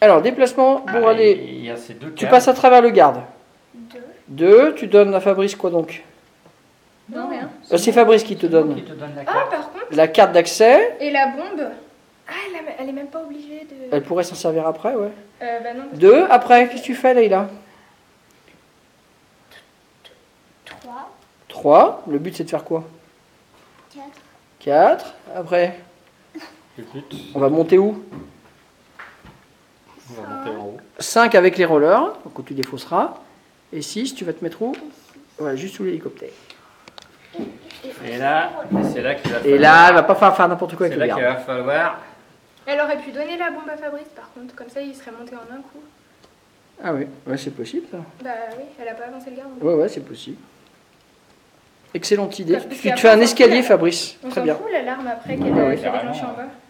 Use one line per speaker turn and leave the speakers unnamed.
Alors, déplacement pour
Ah,
aller.
Il y a ces deux
Tu
cases.
passes à travers le garde.
2.
2. Tu donnes à Fabrice quoi donc
Non, rien.
Euh, C'est Fabrice qui te
Qui
donne
te donne la
Ah,
carte.
par contre.
la carte d'accès.
Et la bombe Ah, elle, a- elle est même pas obligée de.
Elle pourrait s'en servir après, ouais.
Euh, bah non.
2. Après, qu'est-ce que tu fais, Leïla
3,
3. Le but, c'est de faire quoi
4.
4. Après,
Le but,
on va monter où
vous remontez en haut.
5 avec les rollers, donc tu défausseras. Et 6, tu vas te mettre où Voilà, juste sous l'hélicoptère.
Et là, c'est là qu'il va
Et
falloir.
là, elle va pas faire, faire n'importe quoi
c'est
avec le
là qu'il
garde.
va falloir.
Elle aurait pu donner la bombe à Fabrice par contre, comme ça il serait monté en un coup.
Ah oui, ouais, c'est possible ça.
Bah oui, elle a pas avancé le garde.
Ouais, ouais, c'est possible. Excellente idée.
Parce
Tu
qu'après,
te fais un
on s'en
escalier,
fout,
Fabrice.
On
Très
s'en
bien. Bah
fout l'alarme après qu'elle
Ouais, ouais,
s'est déclenchée en
carrément.
bas.